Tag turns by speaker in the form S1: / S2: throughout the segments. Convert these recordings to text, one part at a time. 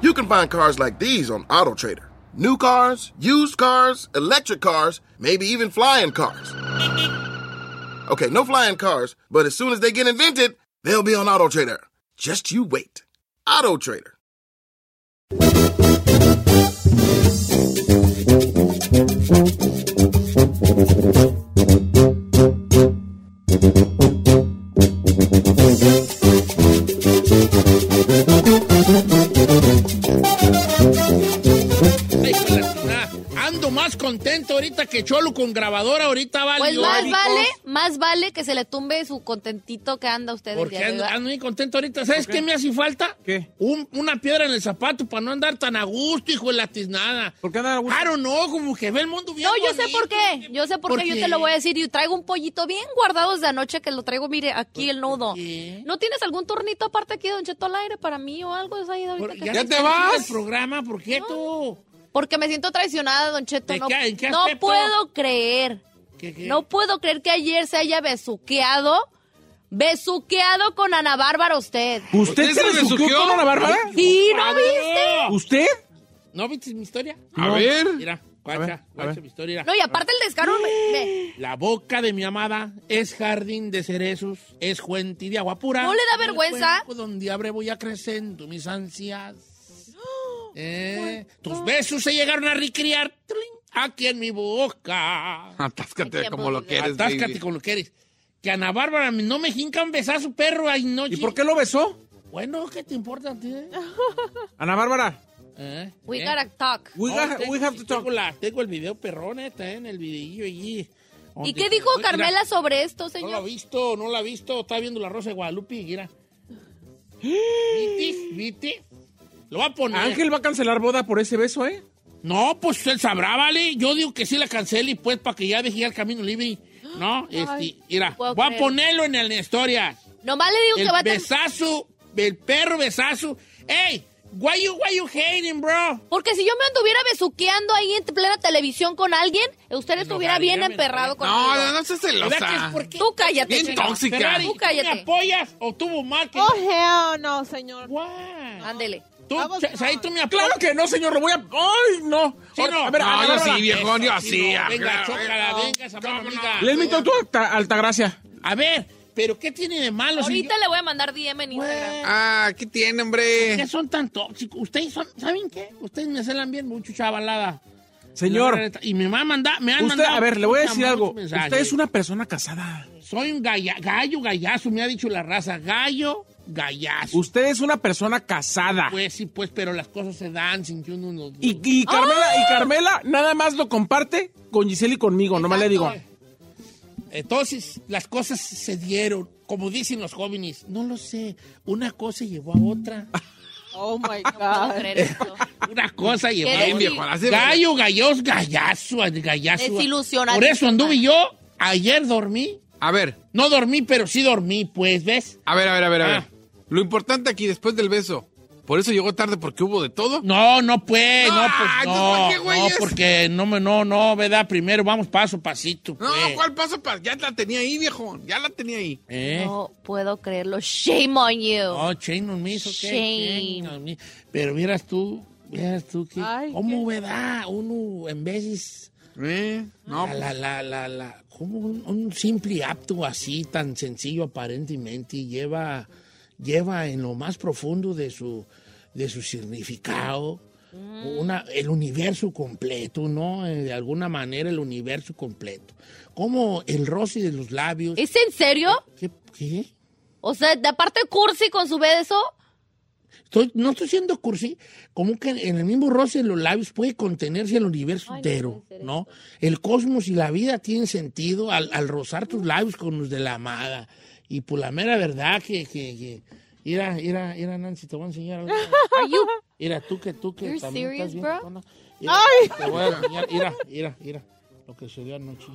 S1: You can find cars like these on AutoTrader. New cars, used cars, electric cars, maybe even flying cars. Okay, no flying cars, but as soon as they get invented, they'll be on AutoTrader. Just you wait. AutoTrader.
S2: Hijo de la chingada. Ah, Ando más contento ahorita que Cholo con grabadora. Ahorita vale.
S3: Pues
S2: yo,
S3: más
S2: amigos,
S3: vale, más vale que se le tumbe su contentito que anda usted el día
S2: Porque
S3: de
S2: ando,
S3: hoy.
S2: ando bien contento ahorita. ¿Sabes qué me hace falta?
S4: ¿Qué?
S2: Un- una piedra en el zapato para no andar tan a gusto, hijo de la tiznada.
S4: ¿Por qué andar a gusto?
S2: Claro, no, como que ve el mundo bien
S3: No, yo sé
S2: bonito,
S3: por qué. Yo sé por, qué. Yo te lo voy a decir. Yo traigo un pollito bien guardado desde anoche que lo traigo, mire, aquí el nudo.
S2: qué?
S3: ¿No tienes algún tornito aparte aquí, Don Cheto, al aire para mí o algo? Es ahí ahorita
S2: Por-
S3: que-
S2: ya, te vas. programa, ¿por qué tú?
S3: Porque me siento traicionada, Don Cheto.
S2: ¿De
S3: No,
S2: qué? ¿En qué
S3: no
S2: aspecto?
S3: puedo creer.
S2: ¿Qué, qué?
S3: No puedo creer que ayer se haya besuqueado. Besuqueado con Ana Bárbara usted.
S4: ¿Usted se besuqueó con Ana Bárbara?
S3: ¿Y no vi?
S2: ¿Viste?
S4: ¿Usted?
S2: ¿No viste mi historia?
S4: A ver.
S2: Mira,
S4: A ver,
S2: guacha,
S4: a
S2: guacha
S4: ver.
S2: mi historia. mira.
S3: No, y aparte el descaro me- me-
S2: La boca de mi amada es jardín de cerezos, es fuente de agua pura.
S3: ¿No le da vergüenza?
S2: El cuenco Donde abre voy acrecendo mis ansias. Eh, tus besos se llegaron a recriar tling, aquí en mi
S4: Ah,
S2: boca.
S3: Ay,
S5: Atáscate
S3: qué
S5: como lo
S3: bonito.
S5: quieres,
S2: Atáscate
S5: baby.
S2: con lo que eres. Que Ana Bárbara no me jinca un besazo, perro. Ay, no, chi-
S4: ¿Y por qué lo besó?
S2: Bueno, ¿qué te importa a ti? eh?
S4: Ana Bárbara.
S2: Eh,
S3: We
S2: eh.
S3: gotta talk.
S4: We,
S2: Oh,
S4: got-
S2: tengo-
S4: we have to talk.
S2: Tengo, la- tengo el video perrón, eh, está en el videillo allí.
S3: ¿Y
S2: Donde-
S3: qué dijo
S2: Mira.
S3: Carmela sobre
S2: No
S3: esto,
S2: la ha
S3: señor?
S2: visto, no la ha visto. Está viendo la Rosa de Guadalupe y mira.
S3: ¡Eh!
S2: ¿Viste? ¿Viste? Lo va a poner.
S4: Ángel va a cancelar boda por ese beso, ¿eh?
S2: No, pues él sabrá, ¿vale? Yo digo que sí la cancele y pues para que ya deje ya el camino libre. No, este, mira,
S3: no puedo
S2: voy a
S3: creer.
S2: ponerlo en el- en la historia.
S3: Nomás le digo
S2: El
S3: que va a tener...
S2: besazo, el perro besazo. ¡Ey! Why you, why you hating, bro?
S3: Porque si yo me anduviera besuqueando ahí en plena televisión con alguien, usted estuviera bien
S2: me
S3: emperrado con
S5: No, no, no seas
S2: ¿Verdad que es
S5: celosa.
S2: porque-
S3: Tú cállate,
S5: Bien
S3: chingada.
S5: tóxica.
S2: Ferrari,
S3: Tú
S2: ¿tú ¿Me
S3: cállate.
S2: apoyas o tuvo mal que...
S6: Oh, hell no, señor.
S2: Guau.
S3: Ándele.
S2: Tú,
S6: Vamos,
S2: Ch- Saí, tú me apoyas.
S4: Claro que no, señor, lo voy a. ¡Ay, no!
S2: Sí,
S4: Ahora,
S2: no.
S4: A ver,
S2: No,
S4: Ana
S5: yo
S4: Bárbara.
S5: sí, viejo, yo
S2: Sí,
S5: sí.
S2: no,
S5: ah,
S2: venga,
S5: claro.
S2: chócala, venga, esa buena
S5: ¿Cómo no?
S2: amiga.
S4: Le invito tú a Alta- Altagracia.
S2: A ver, pero ¿qué tiene de malo? si
S3: Ahorita le voy a mandar DM en
S6: Eh,
S3: Instagram.
S5: Ah, ¿qué tiene,
S2: yo- ¿Qué
S5: hombre?
S2: son tan tóxicos? Ustedes son, ¿saben qué? Ustedes me celan bien mucho, chavalada.
S4: Señor,
S2: La verdad, Y me, van a mandar- me han
S4: usted,
S2: mandado
S4: a ver, le voy a
S2: muchos
S4: decir algo.
S2: mensajes.
S4: Usted es una persona casada.
S2: Soy un galla- gallo, gallazo, me ha dicho la raza. Gallo, gallazo.
S4: Usted es una persona casada.
S2: Pues sí, pues, pero las cosas se dan sin que uno nos...
S4: Y, y Carmela, y Carmela nada más lo comparte con Giselle y conmigo, nomás le digo.
S2: Entonces, las cosas se dieron, como dicen los jóvenes. No lo sé, una cosa llevó a otra.
S6: Oh my
S3: Puedo
S6: God.
S3: creer eso.
S2: Una cosa llevó a
S3: Qué
S2: otra.
S5: Bien, viejo, así-
S2: Gallo, gallos, gallazo, gallazo.
S3: Desilusionadísima.
S2: Por eso anduve yo. Ayer dormí.
S5: A ver,
S2: No dormí, pero sí dormí, pues, ¿ves?
S5: a ver, a ver, a ver, a ver.
S2: Ah.
S5: Lo importante aquí, después del beso, por eso llegó tarde porque hubo de todo.
S2: No, no, pues, no, pues,
S5: Ah,
S2: no.
S5: entonces, ¿para qué, güey,
S2: no,
S5: es?
S2: porque no, me- no, no, ¿verdad? Primero vamos paso, pasito,
S5: No,
S2: pues.
S5: ¿cuál paso? pa- Ya la tenía ahí, viejo. Ya la tenía ahí.
S2: ¿Eh?
S3: No puedo creerlo. Shame on you.
S2: No, shame on me, it's okay,
S3: Shame.
S2: shame on me. Pero vieras tú, vieras tú que,
S6: Ay,
S2: ¿cómo, verdad? Uno en veces,
S5: ¿Eh? No,
S2: la, la, la, la, como un, un simple acto así, tan sencillo aparentemente, lleva, lleva en lo más profundo de su, de su significado una, el universo completo, ¿no? Eh, De alguna manera el universo completo. Como el roce de los labios.
S3: ¿Es en serio?
S2: ¿Qué? ¿Qué?
S3: O sea, de aparte cursi con su beso,
S2: Estoy- no estoy siendo cursi, como que en el mismo roce de los labios puede contenerse el universo entero, ¿no? El cosmos y la vida tienen sentido al, al rozar tus labios con los de la amada. Y por la mera verdad que... que, que- Mira, mira, mira, Nancy, te voy a enseñar algo.
S3: are you
S2: Mira, tú que tú que
S3: You're
S2: también estás
S3: serious,
S2: bien
S3: bro?
S2: picona. Mira,
S6: Ay.
S2: Te voy a enseñar, mira, mira, mira lo que se dio anoche.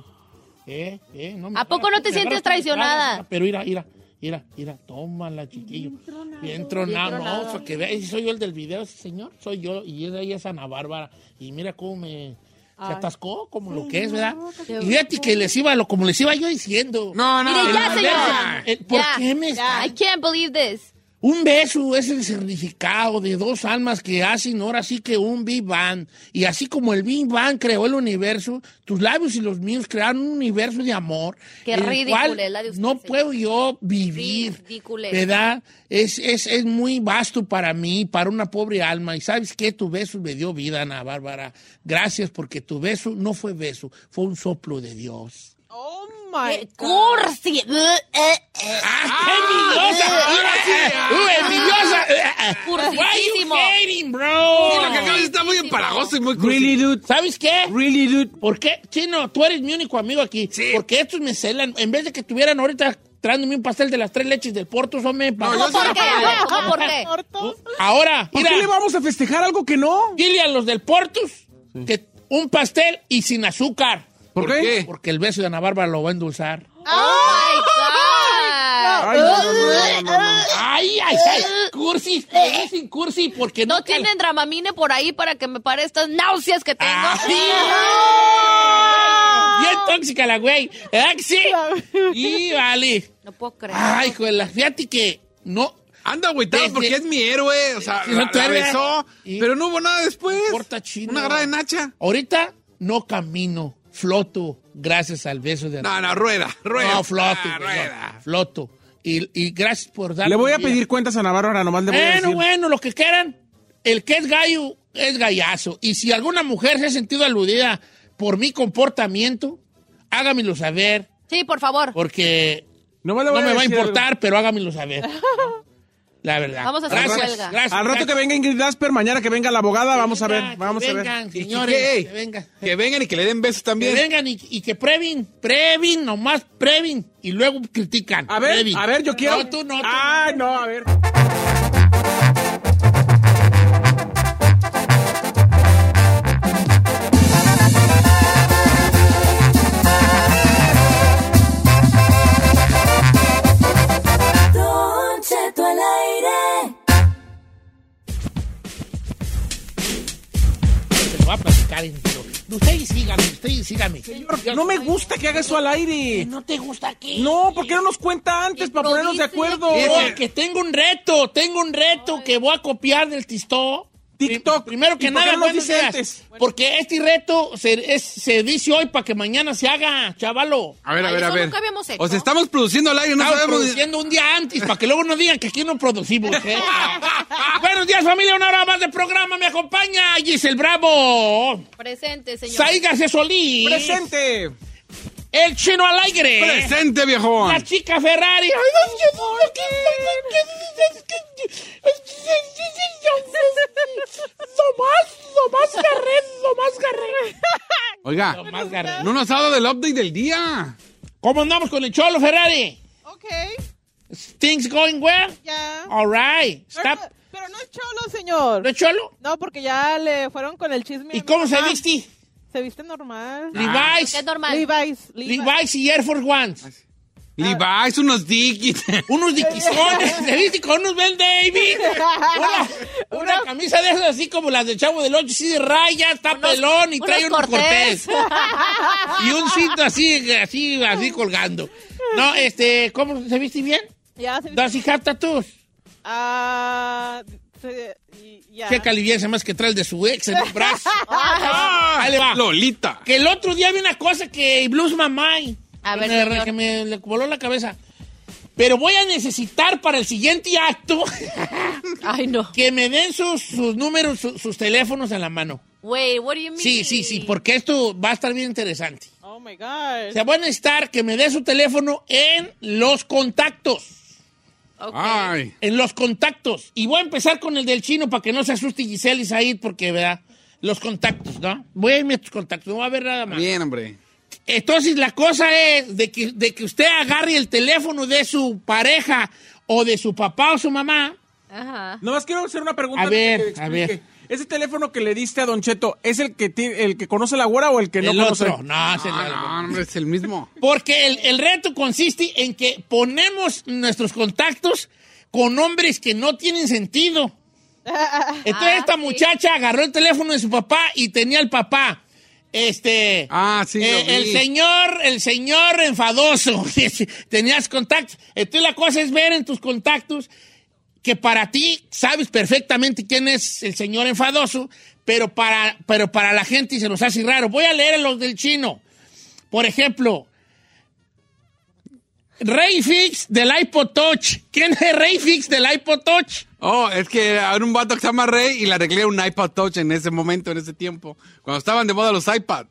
S2: ¿Eh? ¿Eh? No me
S3: ¿A poco
S2: hagas,
S3: no te
S2: me
S3: sientes
S2: agarras
S3: traicionada?
S2: con- Pero mira, mira, mira, mira, tómala, chiquillo. Bien tronado.
S3: Bien tronado.
S2: no, para que vea, y soy yo el del video, ese señor, soy yo, y es ella es Ana Bárbara. Y mira cómo me se atascó, como lo que es, ¿verdad? Y fíjate que les iba, lo, como les iba yo diciendo.
S5: No, no.
S3: Mire, ya,
S5: no,
S3: señora.
S2: Eh, ¿Por
S3: Ya,
S2: qué me
S3: ya.
S2: está
S3: I can't believe this.
S6: Oh
S2: un beso es el significado de dos almas que hacen ahora sí que un Big Bang. Y así como el Big Bang creó el universo, tus labios y los míos crearon un universo de amor.
S3: Qué
S2: el
S3: ridícula
S2: cual
S3: es la de usted,
S2: No
S3: señor.
S2: puedo yo vivir.
S3: Ridícula.
S2: ¿Verdad? Es, es, es muy vasto para mí, para una pobre alma. Y sabes qué? Tu beso me dio vida, Ana Bárbara. Gracias porque tu beso no fue beso, fue un soplo de Dios.
S6: Oh my
S3: Eh,
S6: God.
S3: Cursi. Uh, eh, eh.
S2: ¡Ah, qué envidiosa! ¡Ahora sí! ¡Uh, envidiosa! ¡Why you
S3: Cursisísimo.
S2: hating, bro?
S5: Lo que acabas está muy empalagoso y muy cursi.
S4: Really, dude.
S2: ¿Sabes qué?
S4: Really, dude.
S2: ¿Por qué? Chino, tú eres mi único amigo aquí.
S5: Sí.
S2: Porque estos me celan. En vez de que estuvieran ahorita trándome un pastel de las tres leches del Porto, son me...
S5: No, yo
S3: ¿Cómo
S5: sí
S3: por
S5: lo
S3: qué?
S5: pago.
S3: güey? ¿Cómo por qué?
S6: Corto.
S2: Ahora,
S4: ¿Por
S2: mira,
S4: qué le vamos a festejar algo que no?
S2: dile a los del Portus que un pastel y sin azúcar.
S5: ¿Por qué?
S2: Porque el beso de Ana Bárbara lo va a endulzar.
S3: Oh my God.
S4: Ay, no, no, no, no, no, no.
S2: ¡Ay, ay, ay! ¡Cursis! ¡Me sin cursi! Porque no,
S3: No tienen dramamine por ahí para que me pare estas náuseas que tengo.
S5: Ah.
S2: ¡Ay! Bien tóxica la güey. ¿Verdad que sí? Y vale.
S3: No puedo creer.
S2: Ay, la Fíjate que no
S5: Anda agüitado
S2: Desde-
S5: porque es mi héroe. O sea,
S2: Sí,
S5: la,
S2: no te
S5: la
S2: hagas.
S5: besó,
S2: Y-
S5: pero no hubo nada después.
S2: importa, chino.
S5: Una grada de nacha.
S2: Ahorita no camino, floto, gracias al beso de Ana.
S5: No, no, rueda, rueda.
S2: No, floto.
S5: Ah,
S2: perdón,
S5: rueda.
S2: floto. Y, y gracias por darme.
S4: Le voy a
S2: vida.
S4: pedir cuentas a Navarro ahora, nomás le voy a
S2: Bueno,
S4: decir.
S2: bueno, lo que quieran. El que es gallo es gallazo. Y si alguna mujer se ha sentido aludida por mi comportamiento, hágamelo saber,
S3: Sí, por favor.
S2: porque
S4: Nomás le
S2: no
S4: voy
S2: me va a
S4: decir
S2: importar, pero hágamelo saber. La verdad.
S3: Vamos a hacer
S2: gracias,
S3: huelga.
S2: gracias.
S4: algo. Al rato que venga Ingrid Asper, mañana que venga la abogada, vamos a ver, vamos a ver.
S2: Vengan,
S5: ¿Y
S2: señores,
S5: qué?
S2: que vengan.
S5: Que vengan y que le den besos
S2: Que
S5: también.
S2: vengan y, y que previn, previn, nomás previn. Y luego critican.
S4: A ver,
S2: previn.
S4: a ver, yo quiero. Ah.
S2: No, tú no. tú
S4: Ay, no, a ver.
S2: no. Te lo voy a platicar entero. Ustedes síganme, ustedes síganme. Yo-
S4: No me gusta que haga eso al
S2: que
S4: aire.
S2: no te gusta que.
S4: No, porque no nos cuenta antes para ponernos de acuerdo?
S2: Oye, que tengo un reto, tengo un reto que voy a copiar del Tistó.
S4: TikTok.
S2: Primero
S4: ¿Y
S2: que
S4: por
S2: nada,
S4: qué no lo
S2: buenos
S4: dice
S2: días.
S4: antes?
S2: Porque este reto se, es- se dice hoy para que mañana se haga, chavalo.
S4: Ah,
S5: A ver, a
S3: Ay,
S5: ver, a
S3: eso
S5: ver.
S3: nunca habíamos hecho.
S5: O sea, estamos produciendo al aire, no
S2: Estamos
S5: sabemos.
S2: produciendo un día antes para que luego no digan que aquí no producimos. ¿eh? buenos días, familia. Una hora más de programa. Me acompaña Gisel Bravo.
S3: Presente, señor.
S2: Saí García Solís.
S4: Presente.
S2: El chino al aire.
S5: Presente, viejón.
S2: La chica Ferrari. Ay, Dios mío, Dios mío, qué- qué- Tomás, Tomás Garré, Tomás Garré.
S5: Oiga,
S2: Tomás Garré.
S5: no nos ha dado el update del
S2: Ah.
S5: día.
S2: ¿Cómo andamos con el Cholo Ferrari?
S6: Ok,
S2: Things going well?
S6: ya.
S2: All right.
S6: Pero,
S2: Stop.
S6: pero no es cholo, señor.
S2: ¿No es Cholo?
S6: No, porque ya le fueron con el chisme.
S2: ¿Y cómo se
S6: Ah,
S2: viste?
S6: Se viste normal.
S3: Que Es
S2: Levi's.
S3: normal.
S6: Levi's.
S2: Levi's y Air Force Ones.
S5: Levi's, unos dickies.
S2: Unos diquizones. Se viste con unos Ben David. Una, una camisa de esas así como las de Chavo del Ocho, así de raya, está pelón y
S3: unos
S2: trae unos cortés.
S3: cortés.
S2: y un cinto así, así, así colgando. No, este, ¿cómo se viste bien?
S6: Ya se viste.
S2: Does he have tattoos?
S6: Ah, se- y- ya.
S2: Qué caliviense más que trae el de su ex en el brazo.
S3: Ah.
S2: Ahí le va.
S5: Lolita.
S2: Que el otro día vi una cosa que Blues Mamay.
S3: A ver,
S2: que me,
S3: señor.
S2: que me le voló la cabeza. Pero voy a necesitar para el siguiente acto
S3: Ay, no.
S2: que me den sus, sus números, su- sus teléfonos en la mano.
S3: Wait, what do you mean?
S2: Sí, sí, sí, porque esto va a estar bien interesante.
S6: Oh my God.
S2: Se van a estar que me dé su teléfono en los contactos.
S3: Ok.
S5: Ay.
S2: En los contactos. Y voy a empezar con el del chino para que no se asuste Giselle y Said, porque, ¿verdad? Los contactos, ¿no? Voy a irme a tus contactos, no va a haber nada más.
S5: Bien, hombre.
S2: Entonces, la cosa es de que, de que usted agarre el teléfono de su pareja o de su papá o su mamá
S3: Ajá.
S4: Nomás quiero hacer una pregunta.
S2: A
S4: antes de
S2: ver,
S4: que
S2: a
S4: explique.
S2: ver.
S4: Ese teléfono que le diste a Don Cheto, ¿es el que, tiene- el que conoce la güera o el que no
S2: el
S4: conoce?
S2: otro. No, es el
S5: Ah,
S2: otro.
S5: no, hombre, es el mismo.
S2: Porque el, el reto consiste en que ponemos nuestros contactos con hombres que no tienen sentido. Entonces
S3: Ah,
S2: esta
S3: sí.
S2: muchacha agarró el teléfono de su papá y tenía el papá. Este.
S5: Ah, sí, lo
S2: eh,
S5: vi.
S2: el señor, el señor enfadoso. Tenías contactos. Entonces la cosa es ver en tus contactos que para ti sabes perfectamente quién es el señor enfadoso, pero para, pero para la gente se nos hace raro. Voy a leer los del chino. Por ejemplo, Ray Fix del iPod Touch. ¿Quién es Ray Fix del iPod Touch?
S5: Oh, es que era un vato que se llama Rey y le arreglé un iPad Touch en ese momento, en ese tiempo. Cuando estaban de moda los iPad.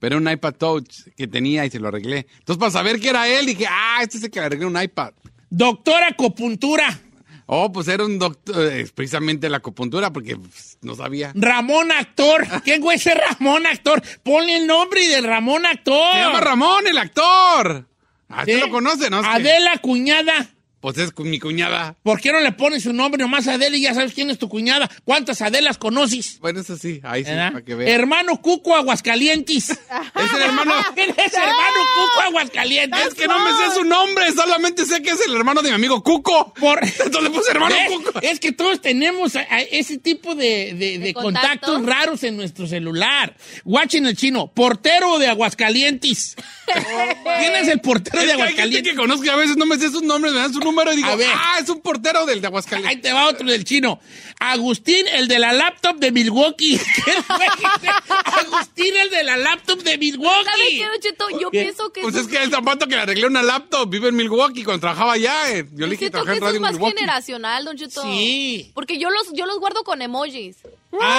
S5: Pero un iPad Touch que tenía y se lo arreglé. Entonces, para saber que era él, dije, ah, este es el que le arreglé un iPad.
S2: Doctora acupuntura.
S5: Oh, pues era un doctor, eh, precisamente la acupuntura, porque pues, no sabía.
S2: Ramón Actor. ¿Quién güey es ese Ramón Actor? Ponle el nombre del Ramón Actor.
S5: Se llama Ramón, el actor. Ah,
S2: ¿Sí?
S5: ¿tú lo conoces, ¿no? Es que-
S2: Adela Cuñada.
S5: Pues es con mi cuñada.
S2: ¿Por qué no le pones su nombre nomás a Adela y ya sabes quién es tu cuñada? ¿Cuántas Adelas conoces?
S5: Bueno, eso sí, ahí sí,
S2: ¿Verdad?
S5: para que vean.
S2: Hermano Cuco Aguascalientes.
S5: Es el hermano.
S2: ¿Quién es hermano Cuco Aguascalientes?
S5: Es que no me sé su nombre, solamente sé que es el hermano de mi amigo Cuco.
S2: Por-
S5: Entonces le puse hermano
S2: ¿Ves?
S5: Cuco.
S2: Es que todos tenemos a- a ese tipo de, de- de contactos
S3: contactos?
S2: raros en nuestro celular. Watching el chino, portero de Aguascalientes. ¿Quién es el portero
S5: Es
S2: de
S5: que hay gente que
S2: Aguascalientes?
S5: conozco y a veces no me sé sus nombres, me dan su número y digo,
S2: A ver.
S5: ah, es un portero del
S2: Ahí
S5: de Aguascalientes.
S2: te va otro del chino. Agustín, el de la laptop de Milwaukee. ¿Qué fue? Agustín, el de la laptop de
S3: ¿Sabes
S2: Milwaukee.
S3: qué, Don Cheto? Yo
S2: Bien.
S3: pienso que
S5: Pues
S3: eso
S5: es que el zapato que le arreglé una laptop vive en Milwaukee cuando trabajaba allá. eh. Yo le dije que
S3: Pues Siento que
S5: trabajé en
S3: eso
S5: radio
S3: es
S5: en
S3: más
S5: Milwaukee.
S3: generacional, Don Cheto.
S2: Sí.
S3: Porque yo los, yo los guardo con emojis.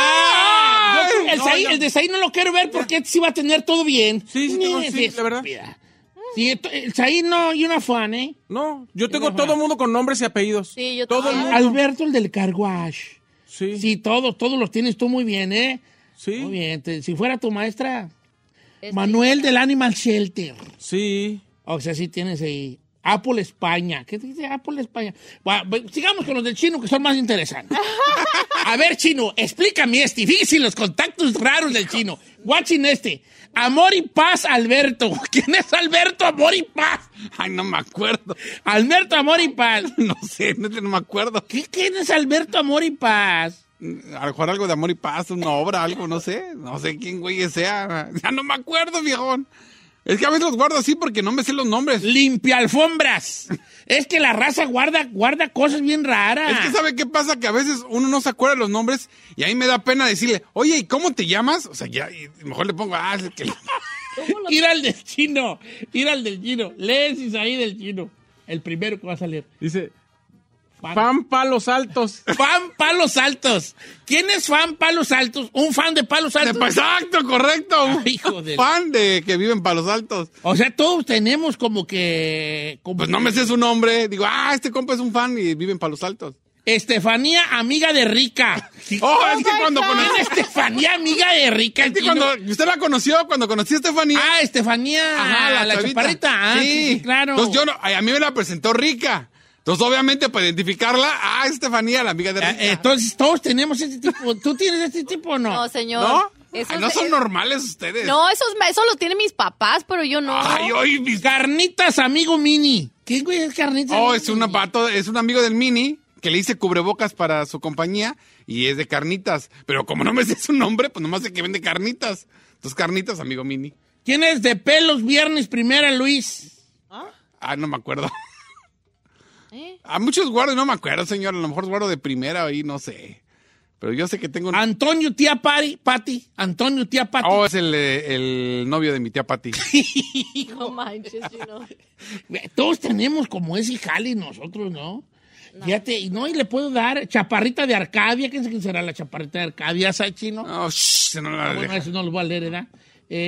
S2: Ah,
S5: Ay,
S2: yo creo- el,
S5: no,
S2: Saí-
S5: ya-
S2: el de Saí no lo quiero ver porque este sí va a tener todo bien.
S4: Sí, sí, tengo- sí,
S2: Mira,
S4: la verdad.
S2: mira. Sí, esto- el Saí no, y una fan, ¿eh?
S4: No, yo tengo todo el mundo con nombres y apellidos.
S3: Sí, yo
S4: Todo el
S3: también.
S4: mundo.
S2: Alberto, el del carwash.
S4: Sí, sí.
S2: Sí, todos, todos los tienes tú muy bien, ¿eh? Muy bien. te- si fuera tu maestra,
S3: Este,
S2: Manuel del Animal Shelter.
S4: Sí.
S2: O sea, sí tienes ahí. Apple España. ¿Qué te dice Apple España? Bueno, ve- sigamos con los del chino que son más interesantes. A ver, chino, explícame este. Fíjese los contactos raros del chino. Watching este. Amor y paz, Alberto. ¿Quién es Alberto Amor y paz?
S5: Ay, no me acuerdo.
S2: Alberto Amor y paz.
S5: No sé, no, no me acuerdo.
S2: ¿Qué, ¿Quién es Alberto Amor y paz?
S5: A lo mejor algo de amor y paz, una obra, algo, no sé. No sé quién güey sea. Ya no me acuerdo, viejón. Es que a veces los guardo así porque no me sé los nombres.
S2: Limpia alfombras. Es que la raza guarda, guarda cosas bien raras.
S5: Es que sabe qué pasa que a veces uno no se acuerda de los nombres y ahí me da pena decirle, oye, ¿y cómo te llamas? O sea, ya, y mejor le pongo, ah, es el que le-
S2: Ir al del chino. Ir al del chino. Lees Isaí del chino. El primero que va a salir.
S4: Dice,
S2: Fan.
S4: pan palos altos.
S2: Fan Palos Altos. ¿Quién es fan Palos Altos? Un fan de Palos
S5: De-
S2: Altos.
S5: pues, Exacto, correcto. Un
S2: Ay, Ah, hijo de-
S5: Fan de que vive en Palos Altos.
S2: O sea, todos tenemos como que. como
S5: Pues no me
S2: que-
S5: sé su nombre. Digo, ah, este compa es un fan y vive en Palos Altos.
S2: Estefanía, amiga de Rica.
S5: Oh, es que cuando
S2: ¿Quién
S5: conocí...
S2: es Estefanía, amiga de Rica.
S5: es que
S2: chino?
S5: Este cuando usted la conoció, cuando conocí a Estefanía.
S2: Ah, Estefanía, la,
S5: chavita.
S2: chaparrita. Ah, sí, sí, claro. Eh,
S5: Entonces yo no- ay, a mí me la presentó Rica. Entonces, obviamente, para identificarla, ah, Estefanía, la amiga de Rica.
S2: Eh, Entonces, todos tenemos este tipo. ¿Tú tienes este tipo o no?
S3: No, señor.
S5: ¿No?
S3: Eso
S5: Ay, no
S3: es-
S5: son normales ustedes.
S3: No, eso, es- eso lo tienen mis papás, pero yo no.
S5: Ay, hoy mis...
S2: Carnitas, amigo mini. ¿Quién güey es Carnitas?
S5: Oh,
S2: amigo
S5: es un
S2: mini?
S5: vato, es un amigo del Mini que le hice cubrebocas para su compañía y es de carnitas. Pero como no me sé su nombre, pues nomás sé que vende carnitas. Entonces, carnitas, amigo Mini.
S2: ¿Quién es de pelos viernes primera, Luis?
S5: Ah, no me acuerdo.
S3: ¿Eh?
S5: A muchos guardo y no me acuerdo, señor. A lo mejor guardo de primera ahí, no sé. Pero yo sé que tengo un...
S4: Ah,
S2: Antonio Tía Pari, Pati. Antonio Tía Pati.
S5: Oh, es el, eh, el novio de mi tía Pati.
S3: No manches, yo no.
S2: Todos tenemos como ese jale nosotros, ¿no? Fíjate, y no, y le puedo dar chaparrita de Arcadia. ¿Quién quién será la chaparrita de Arcadia? ¿Sabes chino?
S5: Oh, shh, se no la
S2: Ah, bueno,
S5: deja.
S2: eso no lo voy a leer, ¿verdad?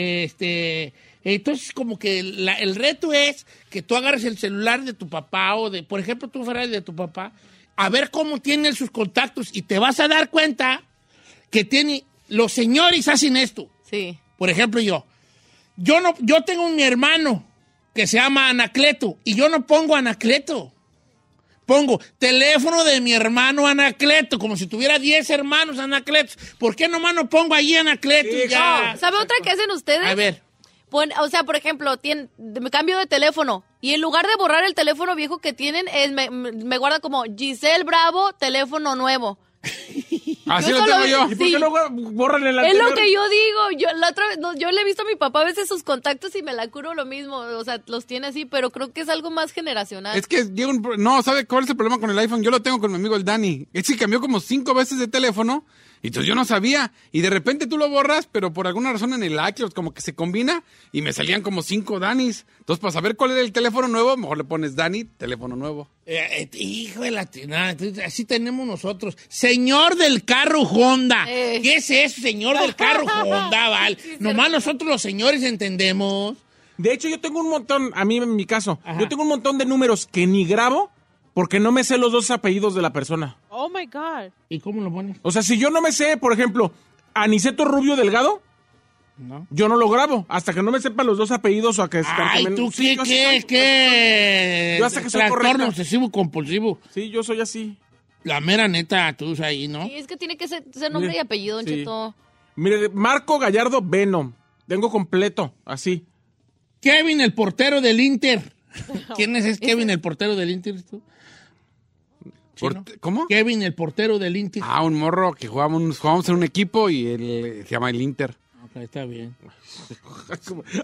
S2: Este, entonces, como que la- el reto es que tú agarres el celular de tu papá o de, por ejemplo, tú fueras de tu papá, a ver cómo tiene sus contactos y te vas a dar cuenta que tiene, los señores hacen esto.
S3: Sí.
S2: Por ejemplo, yo. Yo no, yo tengo un hermano que se llama Anacleto y yo no pongo Anacleto. Pongo teléfono de mi hermano Anacleto, como si tuviera 10 hermanos Anacletos. ¿Por qué nomás no pongo ahí Anacleto? y ya?
S3: ¿Sabe otra que hacen ustedes?
S2: A ver.
S3: Pon- o sea, por ejemplo, tien- me cambio de teléfono y en lugar de borrar el teléfono viejo que tienen, es- me, me- me guarda como Giselle Bravo, teléfono nuevo.
S5: Así
S3: Yo
S5: lo
S3: solo-
S5: tengo yo.
S4: ¿Y por
S3: Sí.
S4: qué no borran el
S3: Es
S4: anterior?
S3: lo que yo digo. Yo la otra vez- no, yo le he visto a mi papá a veces sus contactos y me la curo lo mismo. O sea, los tiene así, pero creo que es algo más generacional.
S5: Es que llega un... pro- No, ¿sabe cuál es el problema con el iPhone? Yo lo tengo con mi amigo el Dani. Es que cambió como cinco veces de teléfono. Y entonces yo no sabía. Y de repente tú lo borras, pero por alguna razón en el iCloud como que se combina. Y me salían como cinco Danis. Entonces, para saber cuál era el teléfono nuevo, mejor le pones Dani, teléfono nuevo.
S2: Eh, eh, hijo de la tina, entonces, así tenemos nosotros. Señor del carro Honda.
S3: Eh.
S2: ¿Qué es eso, señor del carro Honda, Val? Nomás nosotros los señores entendemos.
S4: De hecho, yo tengo un montón, a mí en mi caso, yo tengo un montón de números que ni grabo porque no me sé los dos apellidos de la persona.
S6: Oh my God.
S2: ¿Y cómo lo pones?
S4: O sea, si yo no me sé, por ejemplo, Aniceto Rubio Delgado,
S2: No.
S4: yo no lo grabo hasta que no me sepan los dos apellidos o a que...
S2: Ay, tú
S4: Sí,
S2: qué,
S4: yo así
S2: qué,
S4: soy.
S2: qué.
S4: Yo hasta que soy
S2: Trastorno
S4: correcta.
S2: obsesivo compulsivo.
S4: Sí, yo soy así.
S2: La mera neta, tú ahí, ¿no?
S3: Sí, es que tiene que ser, ser nombre
S4: Mire,
S3: y apellido, Don
S4: sí.
S3: Cheto.
S4: Mire, de- Marco Gallardo Venom. Tengo completo, así.
S2: Kevin, el portero del Inter. ¿Quién es, es Kevin, el portero del Inter? tú?
S5: Por-
S2: ¿no?
S5: ¿Cómo?
S2: Kevin, el portero del Inter.
S5: Ah, un morro que jugábamos, jugábamos en un equipo y él se llama el Inter.
S2: Ok, está bien.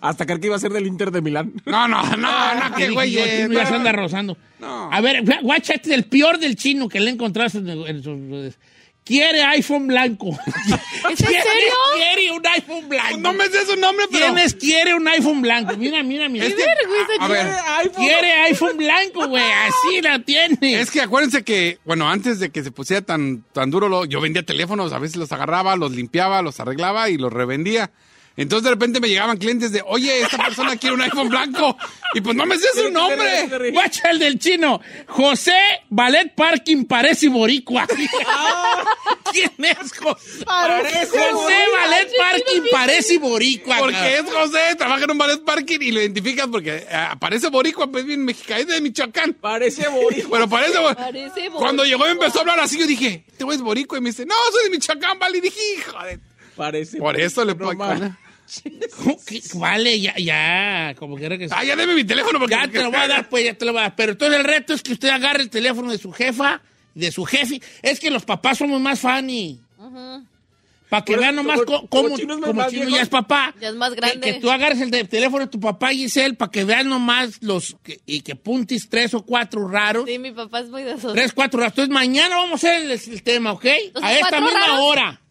S4: Hasta creer que iba a ser del Inter de Milán.
S5: No, no, no, no, qué
S2: Dije
S5: güey.
S2: yo,
S5: eh,
S2: chino, ya se
S5: no,
S2: anda rozando.
S5: No.
S2: A ver, guacha, este es el peor del chino que le encontraste en en sus redes. Quiere iPhone blanco.
S3: ¿Es en
S2: ¿Quién
S3: serio?
S2: Quiere un iPhone blanco.
S5: No me sé su nombre, pero.
S2: ¿Quiénes quiere un iPhone blanco? Mira, mira, mira. Este
S5: Es que- a- a ver,
S2: Quiere iPhone blanco, güey. Así la tiene.
S5: Es que acuérdense que, bueno, antes de que se pusiera tan, tan duro, lo- yo vendía teléfonos, a veces los agarraba, los limpiaba, los arreglaba y los revendía. Entonces de repente me llegaban clientes de, oye, esta persona quiere un iPhone blanco. Y pues no me sé su nombre.
S2: Guacha el del chino. José Ballet Parking parece boricua. ¿Quién es José? José Ballet Parking parece boricua.
S5: Porque es José, trabaja en un ballet parking y lo identificas porque eh, aparece boricua, pues bien mexicano, es de Michoacán.
S4: Parece bonito.
S5: Bueno, parece, bo-
S3: Parece boricua.
S5: Cuando llegó y empezó a hablar así, yo dije, este güey es boricua. Y me dice, no, soy de Michoacán, vale. Y dije, hijo de...
S4: Parece.
S5: Por eso le
S4: No,
S5: pongo...
S4: ma.
S2: ¿Qué? Vale, ya, ya. Como quiera que sea.
S5: Ah, ya deme mi teléfono porque...
S2: Ya te lo voy a dar, pues ya te lo voy a dar. Pero entonces el reto es que usted agarre el teléfono de su jefa, de su jefe. Es que los papás somos más funny. Para que
S4: Por
S2: vean
S4: eso,
S2: nomás
S4: como-
S2: co-
S4: como
S2: cómo,
S4: chino es
S2: como
S4: más
S2: chino
S4: viejo.
S2: ya es papá.
S3: Ya es más
S2: Que-
S3: grande.
S2: Que, tú agarres el de- teléfono de tu papá, Giselle, para que vean nomás los. que- y que puntis tres o cuatro raros.
S3: Sí, mi papá es muy de esos.
S2: Tres, cuatro raros. Entonces mañana vamos a hacer el, el tema, ¿ok? A esta
S3: cuatro
S2: misma
S3: raros.
S2: hora.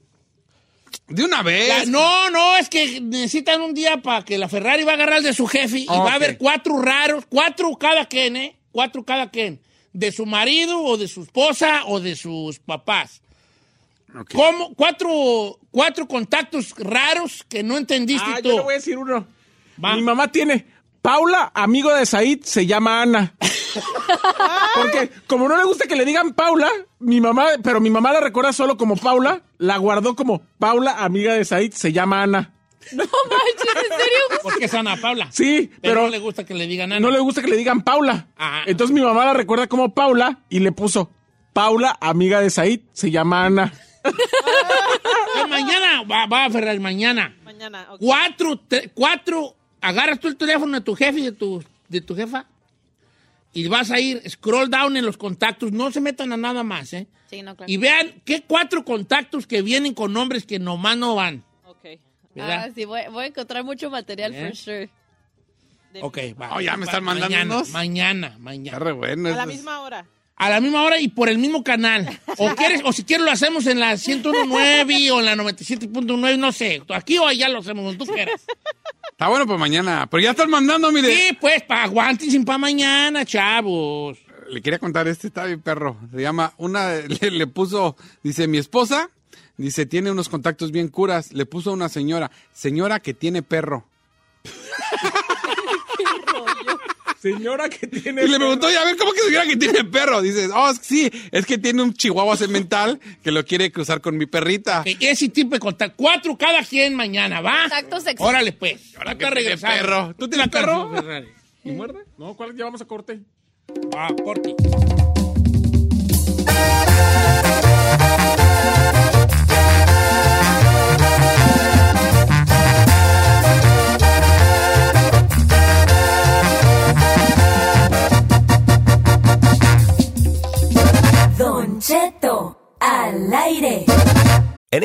S5: De una vez.
S2: La- no, no, es que necesitan un día para que la Ferrari va a agarrar el de su jefe y va
S5: Ok.
S2: a haber cuatro raros, cuatro cada quien, ¿eh? Cuatro cada quien. De su marido o de su esposa o de sus papás.
S5: Ok.
S2: ¿Cómo? Cuatro, cuatro contactos raros que no entendiste
S4: Ah,
S2: tú.
S4: yo le voy a decir uno.
S2: Va.
S4: Mi mamá tiene. Paula, amigo de Said, se llama Ana. Porque como no le gusta que le digan Paula, mi mamá, pero mi mamá la recuerda solo como Paula, la guardó como Paula, amiga de Said, se llama Ana.
S3: No manches, ¿en serio?
S2: Porque es Ana Paula.
S4: Sí,
S2: pero,
S4: pero
S2: no le gusta que le digan nada.
S4: no le gusta que le digan Paula.
S2: Ah.
S4: Entonces mi mamá la recuerda como Paula y le puso Paula, amiga de Said, se llama Ana.
S2: mañana va, va a Ferrari, mañana.
S6: Mañana. ok.
S2: cuatro, te- cuatro, agarras tú el teléfono de tu jefe y de tu, de tu jefa y vas a ir scroll down en los contactos, no se metan a nada más, ¿eh?
S3: Sí, no, claro.
S2: Y vean qué cuatro contactos que vienen con nombres que nomás no van,
S6: Ok.
S2: ¿verdad?
S3: Ah, sí, voy, voy a encontrar mucho material,
S2: ¿Eh?
S3: for sure.
S2: ok, va.
S5: Oh, ya me
S2: Va,
S5: están mandando
S2: mañana,
S5: unos.
S2: Mañana,
S5: Está
S2: mañana.
S5: re bueno.
S6: A
S5: eso
S6: la
S5: es-
S6: misma hora.
S2: A la misma hora y por el mismo canal. O quieres, o si quieres lo hacemos en la 101.9 o en la 97.9, no sé. Aquí o allá lo hacemos, donde tú quieras.
S5: Está bueno para mañana. Pero ya están mandando, mire.
S2: Sí, pues, pa' aguanten sin pa' mañana, chavos.
S5: Le quería contar este, está mi perro. Se llama, una, le, le puso, dice, mi esposa, dice, tiene unos contactos bien curas. Le puso una señora, señora que tiene perro.
S4: Señora que tiene...
S5: Y le preguntó, y a ver, ¿cómo que señora que tiene perro? Dice, oh, es que sí, es que tiene un chihuahua semental que lo quiere cruzar con mi perrita.
S2: Ok, E, ese tipo de contacto. Cuatro cada quien mañana, ¿va?
S3: Contactos sexuales.
S2: Órale, pues.
S5: Ahora
S2: Acá
S5: que tiene
S2: regresamos.
S5: perro. ¿Tú tienes
S2: Acá
S5: perro?
S2: regresamos, Ferrari.
S4: ¿Y muerde? No, ¿cuál llevamos a corte?
S2: Ah, corte.
S7: En